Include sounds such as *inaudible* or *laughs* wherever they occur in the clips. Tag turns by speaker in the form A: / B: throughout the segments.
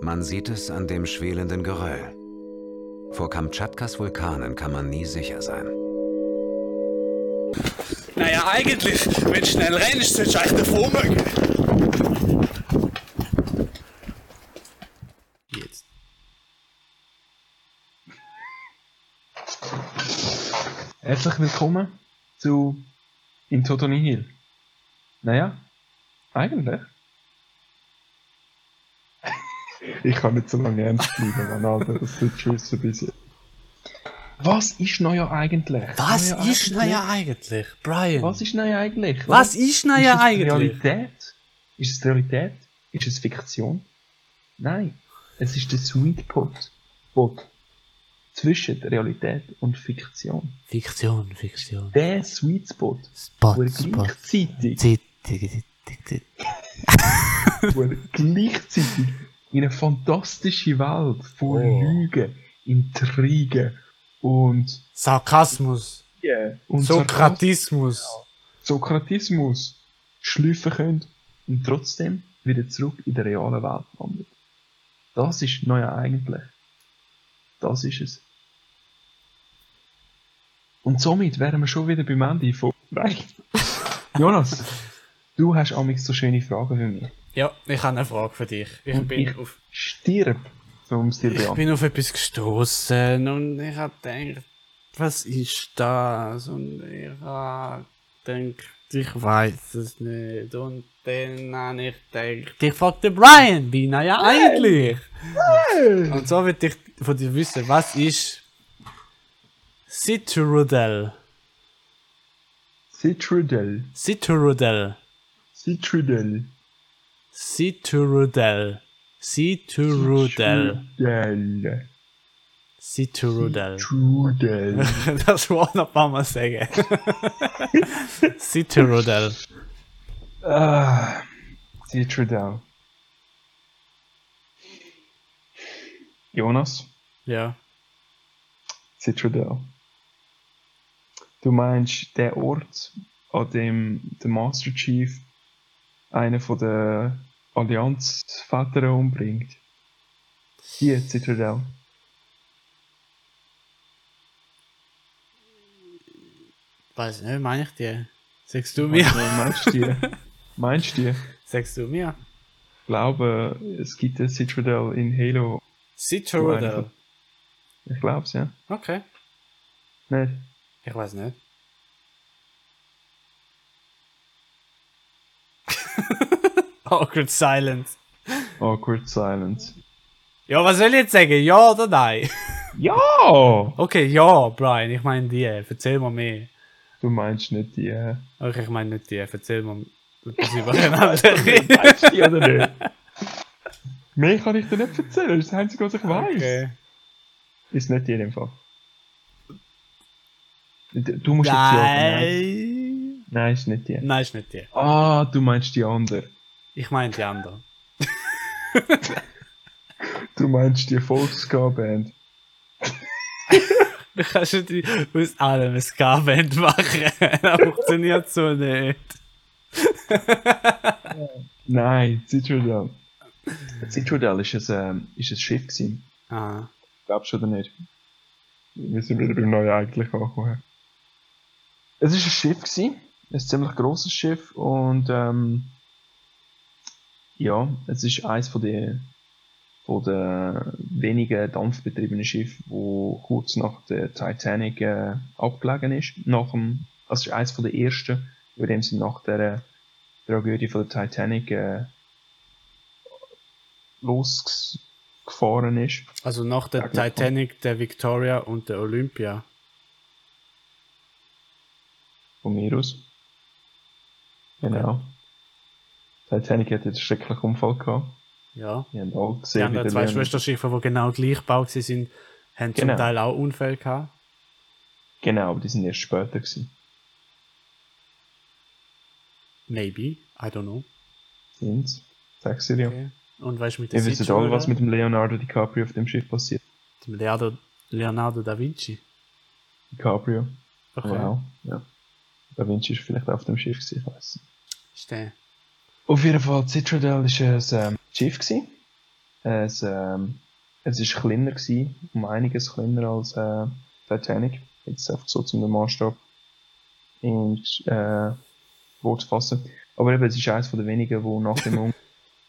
A: Man sieht es an dem schwelenden Geröll. Vor Kamtschatkas Vulkanen kann man nie sicher sein.
B: Naja, eigentlich, wenn du schnell rennst, sollst du eigentlich davor mögen.
C: Jetzt.
D: Herzlich willkommen zu In Toto Nihil. Naja, eigentlich. *laughs* Ich kann nicht so lange ernst bleiben, Mann, Alter. Das wird Schuss ein bisschen. Was ist neuer eigentlich?
C: Was
D: Neuer
C: ist naja eigentlich, Brian?
D: Was ist neuer eigentlich?
C: Was ist naja
D: es
C: eigentlich?
D: Realität? Ist es Realität? Ist es Fiktion? Nein. Es ist der Sweet Spot wo zwischen Realität und Fiktion.
C: Fiktion, Fiktion.
D: Der Sweet Spot,
C: Spot,
D: wo er
C: Spot.
D: gleichzeitig,
C: Zeit, Zeit, Zeit, Zeit.
D: wo er gleichzeitig in eine fantastische Welt von
C: Oh.
D: Lügen, Intrigen und,
C: Sarkasmus.
D: und
C: Sokratismus.
D: Sokratismus schlüpfen könnt und trotzdem wieder zurück in der realen Welt landet. Das ist neuer eigentlich. Das ist es. Und somit wären wir schon wieder beim Ende von. Nein.
C: *laughs*
D: Jonas, du hast amigs so schöne Fragen für mich.
C: Ja, ich habe eine Frage für dich. Ich
D: Und
C: bin
D: ich-
C: auf,
D: Stirb, so um es dir
C: ich
D: beantworten.
C: bin auf etwas gestoßen und ich habe gedacht, was ist das? Und ich habe gedacht, ich weiß es nicht. Und dann habe ich gedacht, ich frage den Brian, wie naja eigentlich? Und so will ich von dir wissen, was ist Citrodel?
D: Citrodel.
C: Citrodel.
D: Citrodel.
C: Citrodel. Citrodel.
D: Trudel.
C: Citrodel.
D: Trudel.
C: *laughs* Das Wort noch ein paar Mal sagen. Citrodel.
D: Ah, Citrodel. Jonas,
C: Ja.
D: Citrodel. Du meinst der Ort, an dem der Master Chief einen von der Allianzväter umbringt? Die Citrodel.
C: Weiß nicht, meine ich dir. Sagst du mir?
D: Also, meinst du die? meinst du die?
C: Sagst du mir?
D: Ich glaube, es gibt eine Citrodel in Halo.
C: Citrodel.
D: Ich glaub's, ja.
C: Okay.
D: Nicht?
C: Ich weiß nicht. *laughs* Awkward silence.
D: Awkward Oh, Silence.
C: Ja, was soll ich jetzt sagen? Ja oder nein?
D: Ja!
C: Okay, ja, Brian, ich meine die. Erzähl mal mehr.
D: Du meinst nicht die. *laughs* äh,
C: Okay, ich meine nicht die. Erzähl mal etwas *laughs* über eine andere.
D: Weißt du oder nicht? *laughs* Mehr kann ich dir nicht erzählen, das ist das Einzige, was ich weiß.
C: Okay.
D: Ist nicht die in dem Fall. D- Du musst jetzt
C: Nein.
D: ja oder nein. Nein, ist nicht die.
C: Nein, ist nicht die.
D: Ah, du meinst die andere.
C: Ich meine die andere.
D: Du meinst die Volkscar-Band.
C: Du kannst ja die aus allem ein Ska-Band machen. *laughs* das funktioniert so nicht.
D: Nein, Citadel. Citadel ist ein, ähm, ist ein Schiff gewesen.
C: Ah.
D: Glaubst du oder nicht? Wir sind wieder beim Neuen eigentlich angekommen. Es war ein Schiff, gewesen, ein ziemlich grosses Schiff und ähm, ja, es ist eines von der, von der wenigen dampfbetriebenen Schiff, wo kurz nach der Titanic äh, abgelegen ist. Nach dem, also es ist eines von der ersten, über dem sie nach der Tragödie von der Titanic äh, losgefahren ist.
C: Also nach der
D: Sag mal.
C: Titanic, der Victoria und der Olympia.
D: Von mir aus. Genau. Titanic hat jetzt einen schrecklichen Unfall gehabt.
C: Ja.
D: Wir haben alle
C: Die
D: gesehen,
C: anderen
D: der
C: zwei
D: Leonard-
C: Schwesterschiffe, die genau gleich gebaut waren, sind, haben
D: Genau.
C: zum Teil auch Unfälle gehabt.
D: Genau, aber die sind erst später gewesen.
C: Maybe. I don't know.
D: Sind's? Sag's dir ja.
C: Okay. Und weißt du, mit der
D: Ihr wisst alle, was mit dem Leonardo DiCaprio auf dem Schiff passiert.
C: dem Leonardo, Leonardo da Vinci.
D: DiCaprio.
C: Okay.
D: Wow. Ja. Da Vinci ist vielleicht auch auf dem Schiff gewesen, ich weiß.
C: Ist der.
D: Auf jeden Fall, die Citadel war ein ähm, Schiff. Gewesen. Es, ähm, es ist kleiner, gewesen, um einiges kleiner als äh, Titanic. Jetzt einfach so zum Maßstab in äh, Wort zu fassen. Aber eben, es ist eines der wenigen, wo nach dem
C: *laughs*
D: Un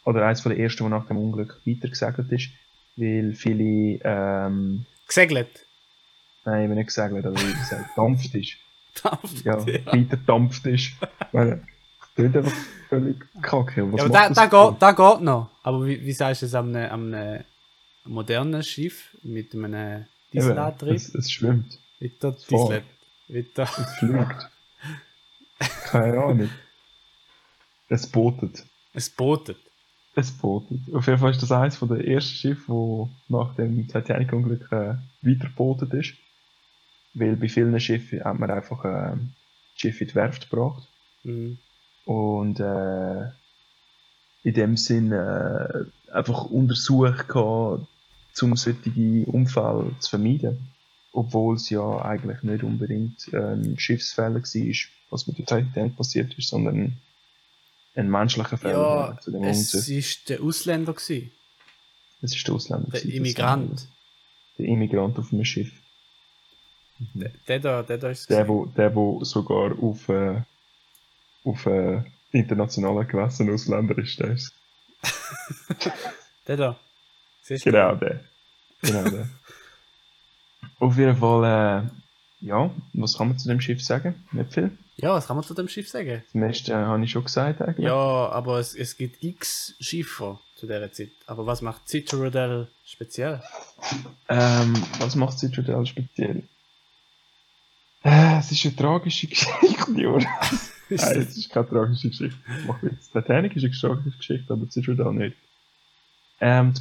D: oder eines der ersten, wo nach dem Unglück weitergesegelt ist, weil viele ähm,
C: Gesegelt. *laughs*
D: Nein, ich bin nicht gesegelt, aber wie gesagt, dampft ist.
C: Dampft, *laughs*
D: Ja, weiter dampft ist. Ich meine, das klingt einfach völlig kacke. aber Was
C: Ja, aber
D: macht
C: da,
D: das
C: da,
D: denn?
C: geht, da geht noch. Aber wie, wie sagst du es an einem, an einem modernen Schiff mit einem
D: Eben,
C: Dieselantrieb?
D: Es, es schwimmt.
C: Mit der
D: voll.
C: Diesel. Mit der
D: Es fliegt. Keine Ahnung. Es bootet.
C: *laughs* es bootet.
D: Es bootet. Auf jeden Fall ist das eines der ersten Schiffe, wo nach dem Titanic-Unglück äh, weitergebotet ist. Weil bei vielen Schiffen hat man einfach äh, Schiffe in die Werft gebracht.
C: Mhm.
D: und äh, in dem Sinn äh, einfach untersucht gehabt, um solche Unfälle zu vermeiden. Obwohl es ja eigentlich nicht unbedingt ein Schiffsfehler war, was mit der Titanic passiert ist, sondern ein menschlicher Fehler.
C: Ja,
D: zu dem
C: es
D: Unglück.
C: war der Ausländer, gewesen,
D: es ist der Ausländer.
C: der
D: gewesen, das
C: Immigrant.
D: war Der Immigrant auf dem Schiff.
C: Der da, der da ist es
D: Der,
C: gewesen.
D: wo, der wo sogar auf, äh, auf äh, internationalen Gewässern Ausländer ist. Der ist
C: Der da. Siehst du?
D: Genau der. Genau der. Auf jeden Fall, äh, ja, was kann man zu dem Schiff sagen? Nicht viel.
C: Ja, was kann man zu dem Schiff sagen?
D: Das meiste äh, habe ich schon gesagt eigentlich.
C: Ja, aber es, es gibt x Schiffe zu dieser Zeit. Aber was macht Citadel speziell?
D: Ähm, was macht Citadel speziell? Äh, es ist eine tragische *laughs* Geschichte, oder? Nein, es ist keine tragische Geschichte. Ich Mach jetzt. Titanic ist eine tragische Geschichte, aber Citadel nicht. Ähm,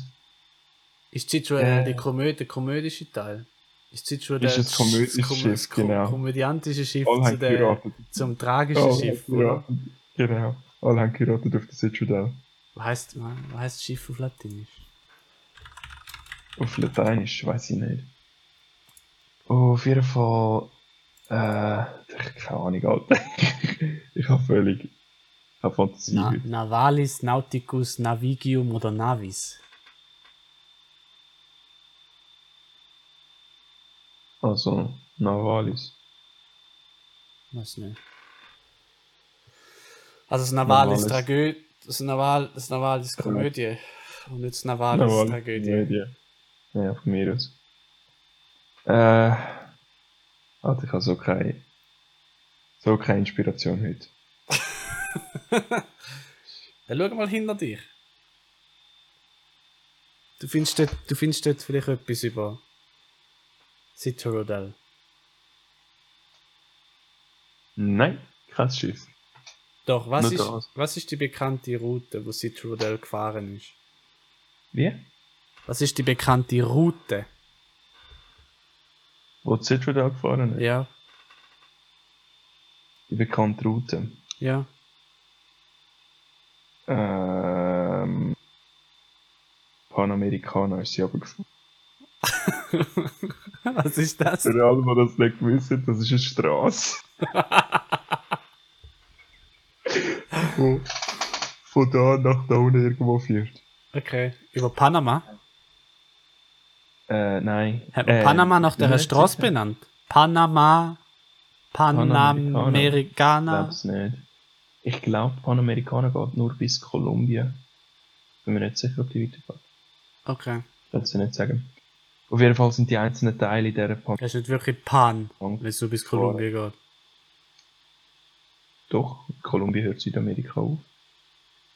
C: Ist Citadel
D: Äh.
C: die Komödie, der komödische Teil? Ist Citadel
D: Ist es komödisches Schiff, genau.
C: komödiantische Schiff
D: alle
C: zu
D: haben
C: der,
D: geheiratet.
C: zum tragischen
D: Alle haben
C: Schiff, oder?
D: geheiratet. Genau. Alle haben geheiratet auf der Citadel.
C: Was heißt, was heißt Schiff auf Latinisch?
D: Auf Lateinisch, weiß ich nicht. Oh, Auf jeden Fall. Äh, ich keine Ahnung, Alter. *laughs* ich habe völlig. keine Fantasie.
C: Na, Navalis, Nauticus, Navigium oder Navis?
D: Also, Navalis.
C: Weiß nicht. Also das Naval ist
D: Navalis.
C: Tragödie, das Naval, das Naval ist Komödie und jetzt Naval ist Tragödie.
D: Tragödie. Ja, von mir aus. Äh. Alter, ich habe so keine. So keine Inspiration heute.
C: Dann schau mal hinter dich. Du findest dort, du findest dort vielleicht etwas über Citadel.
D: Nein, kein Schiff.
C: Doch, was
D: Nur
C: ist,
D: das.
C: was ist die bekannte Route, wo Citadel gefahren ist?
D: Wie?
C: Was ist die bekannte Route?
D: Wo die Citadel gefahren ist?
C: Ja,
D: Die bekannte Route.
C: ja. *laughs*
D: Ähm, Panamericana ist sie aber gefahren.
C: was ist das?
D: Für alle, die das nicht wissen, das ist eine *laughs* Straße. Wo von da nach da unten irgendwo führt.
C: Okay. Über Panama?
D: Äh, nein.
C: Hat man Panama nach der Straße
D: bin?
C: benannt? Panama,
D: Panamericana. Ich
C: Panamericana.
D: glaube es nicht. Ich glaube, Panamericana geht nur bis Kolumbien. Bin mir nicht sicher, ob die weitergeht.
C: Okay.
D: Kannst du nicht sagen. Auf jeden Fall sind die einzelnen Teile dieser Pan.
C: Das ist nicht wirklich Pan,
D: Und-
C: wenn es so bis Kolumbien geht.
D: Doch, Kolumbien hört Südamerika auf.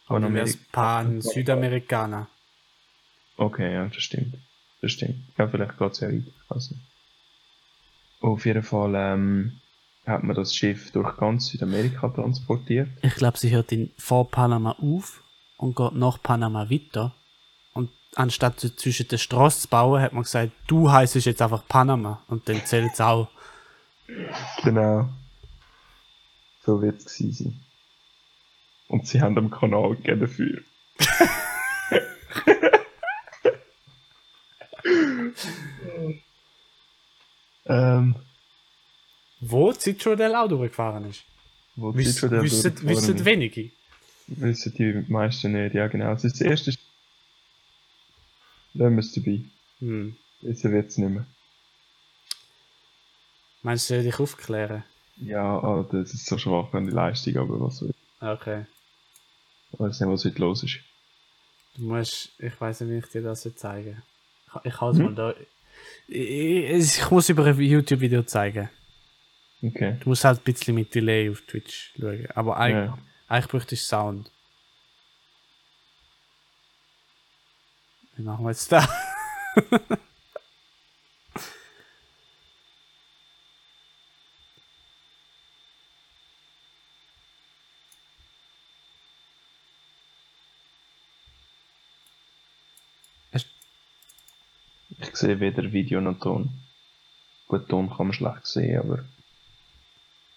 C: Aber dann wär's
D: Panamerika-
C: Pan, Südamerikaner.
D: Okay, ja, das stimmt. Das stimmt. Ja, vielleicht geht es ja weiter. Ich weiß nicht. Auf jeden Fall ähm, hat man das Schiff durch ganz Südamerika transportiert.
C: Ich glaube, sie hört in vor Panama auf und geht nach Panama weiter. Und anstatt so zwischen der Straße zu bauen, hat man gesagt, du heißt jetzt einfach Panama und dann zählt es auch.
D: Genau. So wird es gewesen sein. Und sie haben am Kanal gegeben dafür. *laughs* ähm,
C: Wo Citadel auch durchgefahren ist.
D: wo die
C: Wiss,
D: Leute da
C: wissen
D: durchgefahren
C: wissen
D: sind.
C: wenige.
D: Wissen die meisten nicht, ja genau. Es ist das erste. Sch- Lassen wir es dabei.
C: Hm.
D: Besser wird es nicht mehr.
C: Meinst du, soll ich aufklären?
D: Ja, ah, das ist so schwach an die Leistung, aber was soll
C: Okay.
D: ich weiß nicht, was heute los ist.
C: Du musst, ich weiß nicht, wie ich dir das jetzt zeige. Ich, ich halte mal da. Ich, ich muss über ein YouTube-Video zeigen.
D: Okay.
C: Du musst halt ein bisschen mit Delay auf Twitch schauen. Aber eigentlich,
D: Ja.
C: eigentlich bräuchtest du Sound. Wie machen wir jetzt da?
D: Ich sehe weder Video noch Ton. Gut, Ton kann man schlecht sehen, aber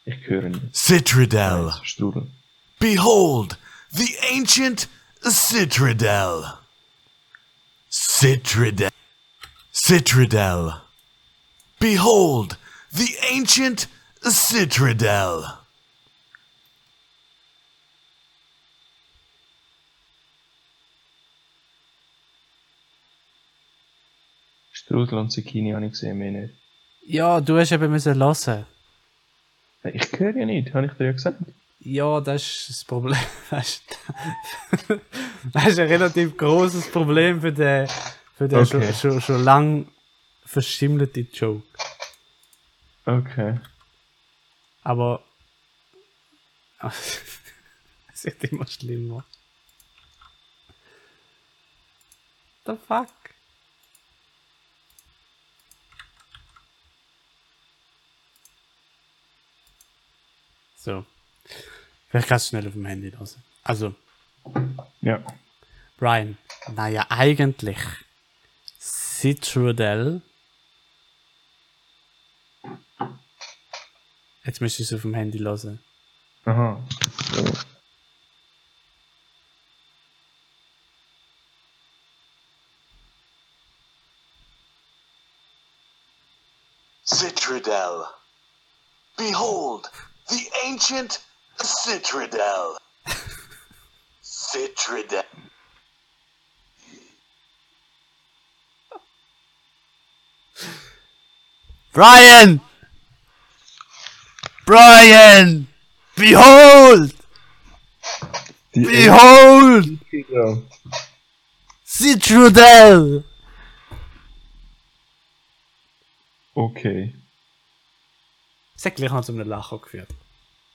D: ich höre ihn.
E: Citradel.
D: Das ist Strudel.
E: Behold, the ancient Citradel. Citradel. Citradel. Behold, the ancient Citradel.
D: Strudel und Zucchini habe ich gesehen, mehr nicht.
C: Ja, du hast eben müssen hören.
D: Hey, Ich höre ja nicht, habe ich dir ja gesagt.
C: Ja, das ist das Problem. *laughs* Das ist, das ist ein relativ großes Problem für den, für den
D: Okay.
C: schon, schon, schon lang verschimmelte Joke.
D: Okay.
C: Aber *laughs* es wird immer ne? schlimmer. The fuck? So. Vielleicht kannst du schnell auf dem Handy lassen. Also,
D: Ja.
C: Brian, naja, eigentlich Citradel. Jetzt müsstest du es auf dem Handy lassen.
D: Aha. So.
E: Citradel. Behold, the ancient Citradel. Citradel.
C: Brian! Brian! Behold!
D: Die
C: Behold!
D: Endliga.
C: Citradel!
D: Okay.
C: Es hat gleich noch zu einem Lachen geführt.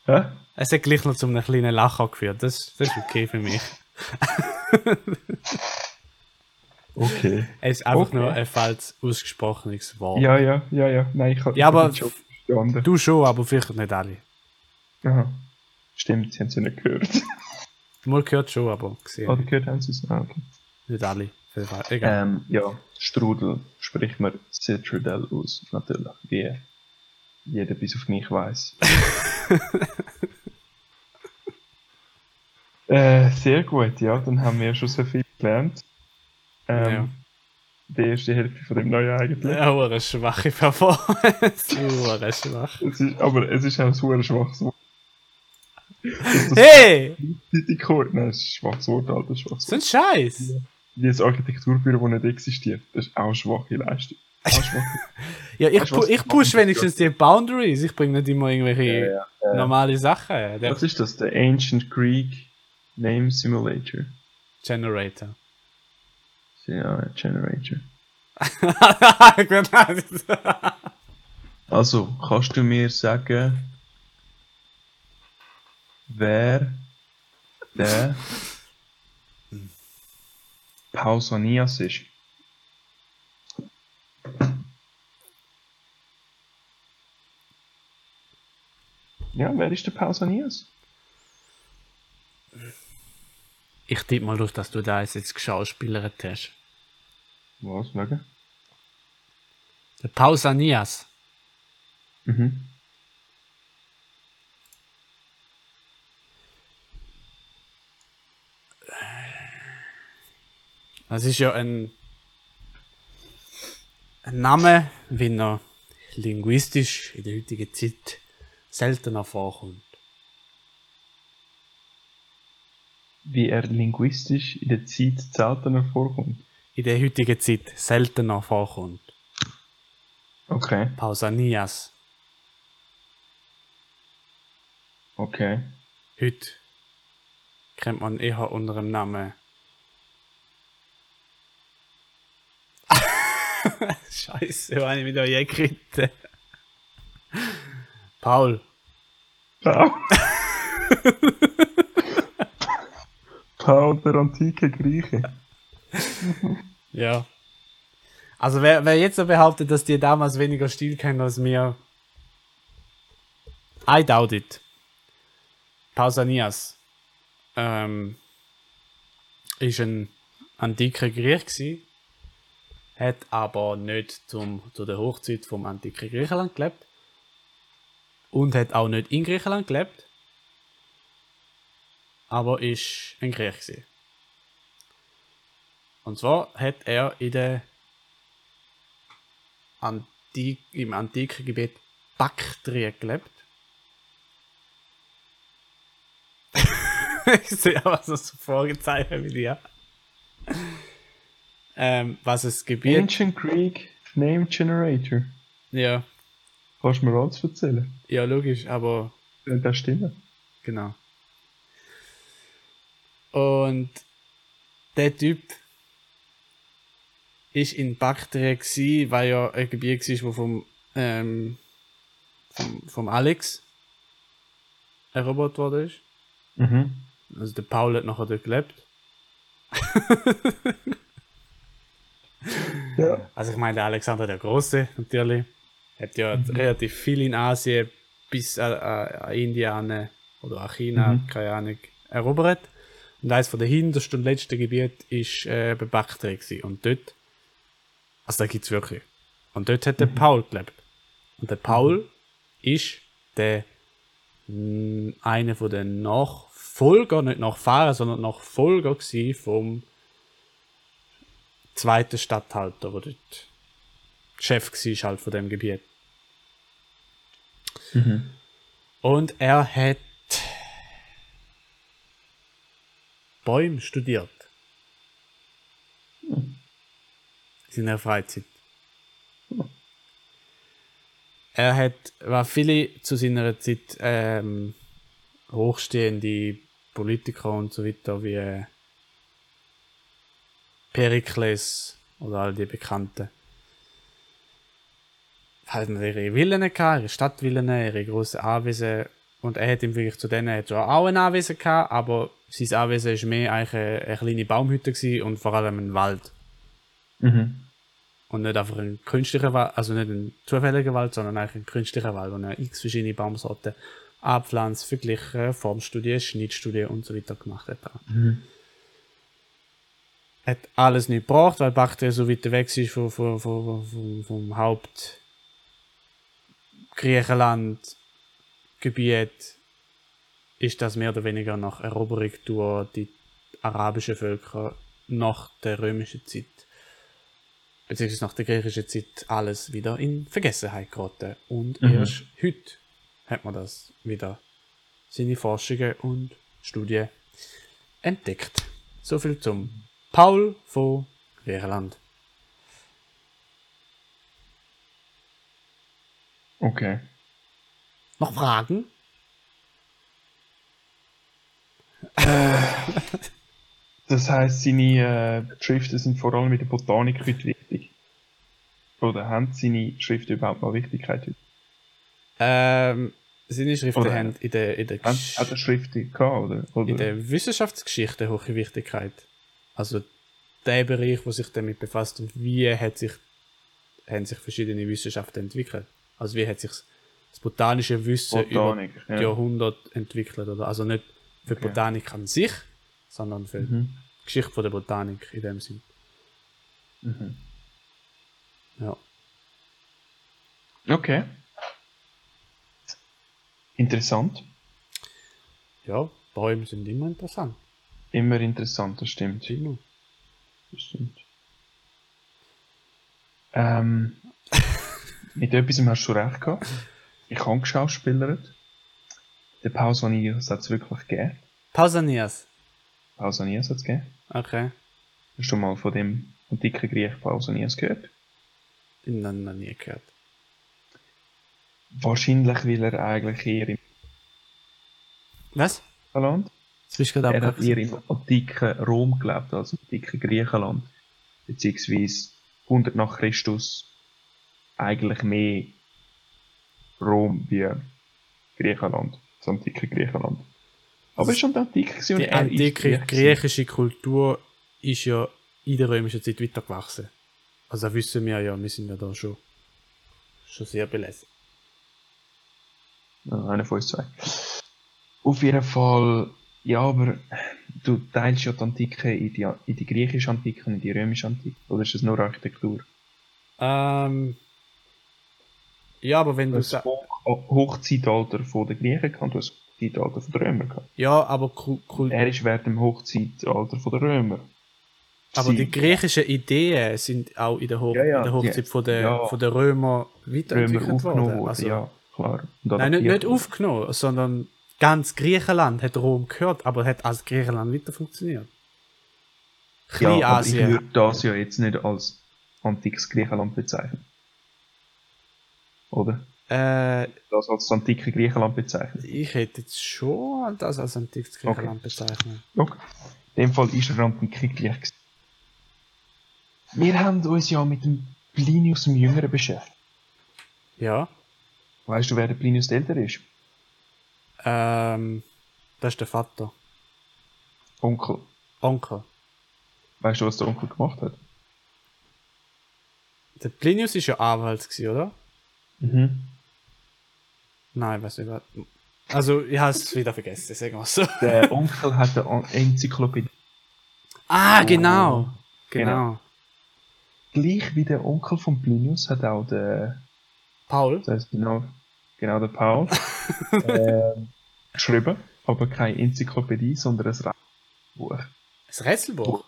D: Hä?
C: Es hat gleich noch zu einem kleinen Lachen geführt. Das, das ist okay für mich.
D: Okay.
C: Es ist einfach
D: Okay.
C: nur ein falsch ausgesprochenes Wort.
D: Ja, ja, ja, ja. Nein, ich habe
C: Ja, aber-
D: Job verstanden.
C: Du schon, aber vielleicht nicht alle.
D: Aha. Stimmt, sie haben es ja nicht gehört. *laughs*
C: Mal gehört schon, aber gesehen.
D: Oder gehört haben sie es? Ah, okay.
C: Nicht alle. Auf jeden Fall. Egal.
D: Ähm, ja, Strudel spricht man Citradel aus, natürlich, wie jeder bis auf
C: *laughs*
D: mich weiß. äh, sehr gut, ja, dann haben wir schon so viel gelernt. Ähm,
C: Ja.
D: Die erste Hälfte von dem neuen eigentlich.
C: Ja, hure schwache
D: *laughs*
C: Performance. Hure schwach.
D: Es ist, aber es ist auch ein super schwaches Wort.
C: Hey!
D: Die, die Kur Nein, es ist ein schwaches Wort, Alter, ein schwaches
C: So ein
D: Wort.
C: Scheiß!
D: Wie ein Architekturbüro, das nicht existiert. Das ist auch eine schwache Leistung. Auch eine schwache
C: Ja, ich,
D: Weißt du,
C: pu
D: was
C: ich
D: ich
C: push
D: mache?
C: wenigstens die Boundaries. Ich bringe nicht immer irgendwelche
D: Ja, ja, ja.
C: normale Sachen. Der
D: Was ist das? Der Ancient Greek Name Simulator.
C: Generator. *laughs*
D: Ja, Generator.
C: Genau.
D: *laughs* Also, kannst du mir sagen, wer der Pausanias ist? Ja, wer ist der Pausanias?
C: ich tippe mal durch, dass du da jetzt geschauspielert hast.
D: Was, wegen?
C: Der Pausanias.
D: Mhm.
C: Das ist ja ein, ein Name, wie er linguistisch in der heutigen Zeit seltener vorkommt.
D: wie er linguistisch in der Zeit seltener vorkommt.
C: In der heutigen Zeit seltener vorkommt.
D: Okay,
C: Pausanias.
D: okay.
C: Heute kennt man eher unter dem Namen. *laughs* Scheiße, wo hab ich mich da je geritten? Paul.
D: Paul. Paul, der antike Grieche.
C: Ja. Also wer, wer jetzt so behauptet, dass die damals weniger Stil kennen als mir, I doubt it. Pausanias ähm, ist ein antiker Griech gsi, hat aber nicht zum, zu der Hochzeit vom antiken Griechenland gelebt und hat auch nicht in Griechenland gelebt, aber ist ein Griech gsi. Und zwar hat er in der Antik im antiken Gebiet Baktrien gelebt. *laughs* ich sehe aber so ein Fragezeichen wie dir. Ähm, was es Gebiet.
D: Ancient Greek Name Generator.
C: Ja,
D: Kannst du mir alles erzählen?
C: ja, logisch, aber
D: Äh, Das stimmt.
C: Genau. Und der Typ ist in Bakterien gsi, weil ja ein Gebiet war, wo vom, ähm, vom, vom Alex erobert worden ist.
D: Mhm.
C: Also der Paul hat nachher dort gelebt.
D: Ja.
C: Also ich meine, der Alexander der Große natürlich. Hat ja relativ viel in Asien bis an, an an Indien an, oder an China, keine Ahnung, erobert. Und eines von der hintersten und letzten Gebiet ist äh, bei Baktrien gewesen. Und dort, also da gibt es wirklich. Und dort hat der Paul gelebt. Und der Paul ist der mh, äh, einer von den Nachfolger, nicht Nachfahren, sondern Nachfolger gewesen vom zweiten Statthalter, der dort Chef war halt von dem Gebiet. Und er hat Bäume studiert. In seiner Freizeit. Er hat, war viele zu seiner Zeit ähm, hochstehende Politiker und so weiter wie äh, Perikles oder all die Bekannten. Halt noch ihre Villen gehabt, ihre Stadtvillen, ihre grossen Anwesen. Und er hat im Vergleich zu denen hat zwar auch ein Anwesen gehabt, aber sein Anwesen war mehr eigentlich eine, eine kleine Baumhütte gewesen und vor allem ein Wald.
D: Mhm.
C: Und nicht einfach ein künstlicher Wald, also nicht ein zufälliger Wald, sondern eigentlich ein künstlicher Wald, wo er x verschiedene Baumsorten abpflanzt, verglichen, Formstudie, Schnittstudie und so weiter gemacht hat. auch. Hat alles nicht gebraucht, weil Bakterien so weit weg ist vom, vom, vom, vom, vom Haupt Griechenland Gebiet ist das mehr oder weniger nach Eroberung durch die arabischen Völker nach der römischen Zeit beziehungsweise nach der griechischen Zeit alles wieder in Vergessenheit geraten. Und erst heute hat man das wieder, seine Forschungen und Studien entdeckt. So viel zum Paul von Griechenland.
D: Okay.
C: Noch Fragen?
D: Das heisst, seine äh, Schriften sind vor allem mit der Botanik heute wichtig. Oder haben seine Schriften überhaupt noch Wichtigkeit heute?
C: Ähm, seine Schriften
D: Oder-
C: haben in der, in der,
D: Hat,
C: Gesch-
D: hat er Schriften gehabt, oder?
C: in
D: oder?
C: der Wissenschaftsgeschichte hohe Wichtigkeit. Also der Bereich, wo sich damit befasst, wie hat sich, haben sich verschiedene Wissenschaften entwickelt. Also wie hat sich das botanische Wissen
D: Botanik,
C: über
D: ja.
C: die Jahrhunderte entwickelt. Oder? Also nicht für die Botanik an sich, sondern für
D: Mhm.
C: die Geschichte von der Botanik in dem Sinn.
D: Mhm.
C: Ja.
D: Okay. Interessant.
C: ja, Bäume sind immer interessant.
D: Immer interessant, das stimmt.
C: Immer.
D: Das stimmt. Ähm, mit etwas hast du recht gehabt. Ich habe geschauspielert. Der Pausanias hat es wirklich gegeben.
C: Pausanias.
D: Pausanias hat es gegeben.
C: Okay.
D: Hast du mal von dem antiken Griech Pausanias gehört?
C: Ich habe noch nie gehört.
D: Wahrscheinlich, weil er eigentlich eher im
C: Was?
D: Land.
C: Das bist du gerade
D: Er hat eher
C: abgehackt.
D: im antiken Rom gelebt, als im antiken Griechenland. Beziehungsweise 100 nach Christus eigentlich mehr Rom wie Griechenland. Das antike Griechenland. Aber es ist schon die Antike gewesen und
C: Äh, Die
D: er ist
C: antike
D: Griech gewesen.
C: griechische Kultur ist ja in der römischen Zeit weitergewachsen. Also das wissen wir ja, wir sind ja da schon, schon sehr belesen.
D: Ja, Einer von uns zwei. Auf jeden Fall, ja, aber du teilst ja die Antike in die, in die griechische Antike und in die römische Antike. Oder ist das nur Architektur?
C: Ähm, ja, aber wenn du
D: Das
C: sa-
D: Hoch Hochzeitalter von den Griechen kann, du hast das Hochzeitalter von den Römern kann.
C: ja, aber, Ku- Kul-
D: Er ist während dem Hochzeitalter von den Römer.
C: aber die
D: sie-
C: griechischen Ideen sind auch in der, Hoch
D: Ja, ja,
C: in der Hochzeit
D: die-
C: von der,
D: ja.
C: von der Römer
D: Römer
C: weiterentwickelt
D: aufgenommen
C: worden.
D: worden,
C: Also,
D: ja, klar. Und
C: Nein, nicht,
D: adaptiert
C: nicht
D: worden.
C: aufgenommen, sondern ganz Griechenland hat Rom gehört, aber hat als Griechenland weiter funktioniert.
D: Ja, aber ich
C: Kleinasien.
D: würde das ja jetzt nicht als antikes Griechenland bezeichnen. Oder?
C: Äh,
D: Das als das antike Griechenland bezeichnen.
C: ich hätte jetzt schon das als antikes Griechenland bezeichnet.
D: Okay. In dem Fall ist er Rantenkrieg gleich. gewesen. Wir haben uns ja mit dem Plinius dem Jüngeren beschäftigt.
C: Ja.
D: Weißt du, wer der Plinius der Ältere ist?
C: Ähm, das ist der Vater.
D: Onkel.
C: Onkel.
D: Weißt du, was der Onkel gemacht hat?
C: Der Plinius ist ja Anwalt, gewesen, oder?
D: Mhm.
C: Nein, weiß nicht. was- Also, ich habe es wieder vergessen, sagen wir so.
D: Der Onkel hat eine An- Enzyklopädie.
C: *laughs* Ah, genau. Genau.
D: Gleich wie der Onkel von Plinius hat auch der,
C: Paul?
D: das heißt genau, genau der
C: *laughs*
D: Paul, ähm, geschrieben, aber keine Enzyklopädie, sondern ein Reisebuch.
C: Das Rätselbuch?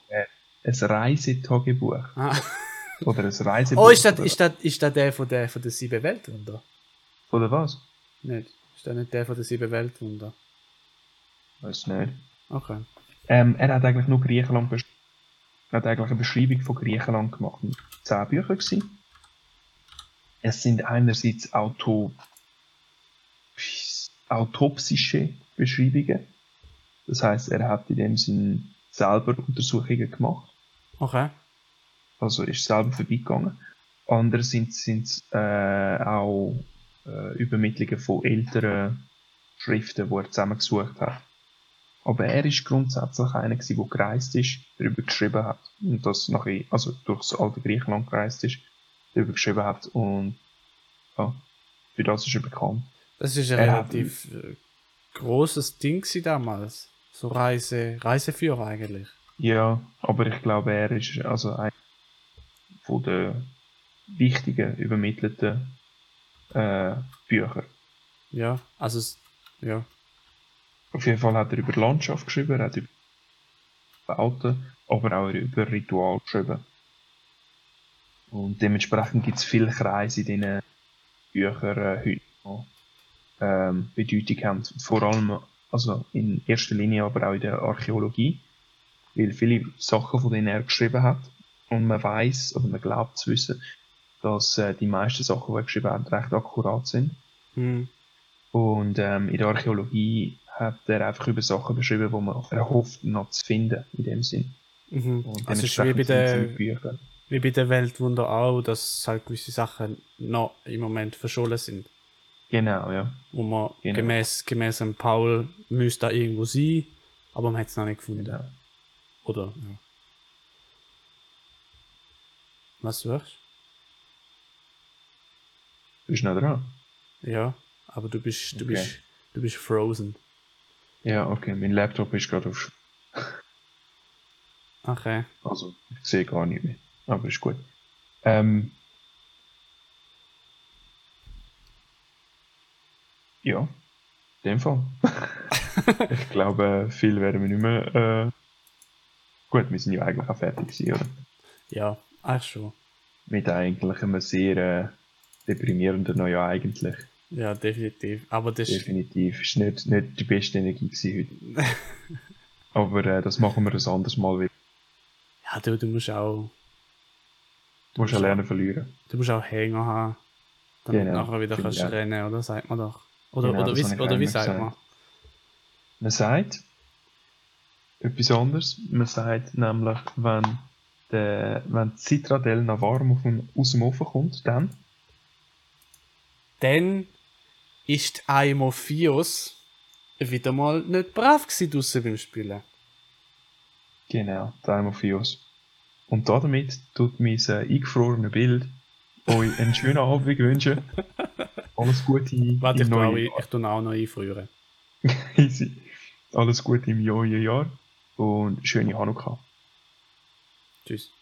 D: Ein Reisetagebuch.
C: *laughs* Ah.
D: Oder ein Reisebuch.
C: Oh, ist das,
D: oder-
C: ist, das, ist das der von der, von der sieben Weltwunder?
D: Oder was?
C: Nicht. Ist das nicht der von der sieben Weltwunder?
D: Weiß nicht.
C: Okay.
D: Ähm, er hat eigentlich nur Griechenland besch- er hat eigentlich eine Beschreibung von Griechenland gemacht. Es waren Zehn Bücher gewesen. Es sind einerseits Auto autopsische Beschreibungen. Das heißt, er hat in dem Sinn selber Untersuchungen gemacht.
C: Okay.
D: also ist selber vorbeigegangen. Andere sind sind äh, auch äh, Übermittlungen von älteren Schriften, die er zusammengesucht hat. Aber er ist grundsätzlich einer, gewesen, der gereist ist, darüber geschrieben hat und das nachher, also durchs alte Griechenland gereist ist, darüber geschrieben hat und ja, für das ist er bekannt.
C: Das ist ein
D: Er hat-
C: relativ äh, großes Ding gewesen damals. So Reise, Reiseführer eigentlich.
D: Ja, aber ich glaube, er ist also ein von den wichtigen übermittelten äh, Bücher.
C: Ja, also es- ja.
D: Auf jeden Fall hat er über Landschaft geschrieben, er hat über Bauten, aber auch über Ritual geschrieben. Und dementsprechend gibt es viele Kreise in diesen Büchern äh, heute noch ähm, Bedeutung haben. Vor allem, also in erster Linie, aber auch in der Archäologie, weil viele Sachen, von denen er geschrieben hat, und man weiß oder man glaubt zu wissen, dass äh, die meisten Sachen, die er geschrieben hat, recht akkurat sind.
C: Hm.
D: Und ähm, in der Archäologie hat er einfach über Sachen beschrieben, die man erhofft, noch zu finden, in dem Sinn.
C: Mhm.
D: Und
C: Also es ist wie bei,
D: dementsprechend sind
C: der,
D: seine Bücher.
C: wie bei der Weltwunder auch, dass halt gewisse Sachen noch im Moment verschollen sind.
D: Genau, ja.
C: Wo man
D: Genau.
C: gemäß, gemäß dem Paul müsste da irgendwo sein, aber man hat es noch nicht gefunden.
D: Genau.
C: Oder? Ja. Was du hast?
D: Bist du noch dran?
C: Ja, aber du bist, du
D: Okay.
C: bist, du bist frozen.
D: Ja, okay, mein Laptop ist gerade auf.
C: Okay.
D: Also, ich sehe gar nicht mehr. Aber ist gut. Ähm. Ja, in
C: *laughs*
D: dem Fall. ich glaube, viel werden wir nicht mehr. Äh... Gut, wir sind ja eigentlich auch fertig, gewesen, oder?
C: Ja, ach schon.
D: mit eigentlich einem sehr äh, deprimierenden Neujahr eigentlich.
C: Ja, definitiv. Aber das ist *laughs*
D: Definitiv. Ist nicht, nicht die beste Energie gewesen heute. Aber äh, das machen wir ein anderes Mal wieder.
C: Ja, du, du musst auch,
D: Du musst ja lernen verlieren.
C: du musst auch Hänger haben, damit
D: Genau,
C: nachher wieder
D: finde
C: kannst
D: ich auch.
C: rennen, oder? Sagt man doch. Oder,
D: Genau,
C: oder,
D: das habe
C: wie,
D: ich
C: oder
D: auch
C: wie
D: immer
C: sagt man?
D: gesagt. Man sagt etwas anderes. Man sagt nämlich, wenn, der, wenn die Zitradelle noch warm auf dem, aus dem Ofen kommt, dann.
C: Dann ist Aimophios wieder mal nicht brav gewesen draussen beim Spielen.
D: Genau, Time of Use. Und da damit tut mein äh, eingefrorenes Bild euch einen schönen Abend wünschen.
C: *laughs*
D: Alles Gute im
C: Warte, ich tue, auch,
D: neuen
C: ich tue ihn auch noch einfrieren.
D: Jahr. Easy. Alles Gute im neuen Jahr und schöne Hanukkah.
C: Tschüss.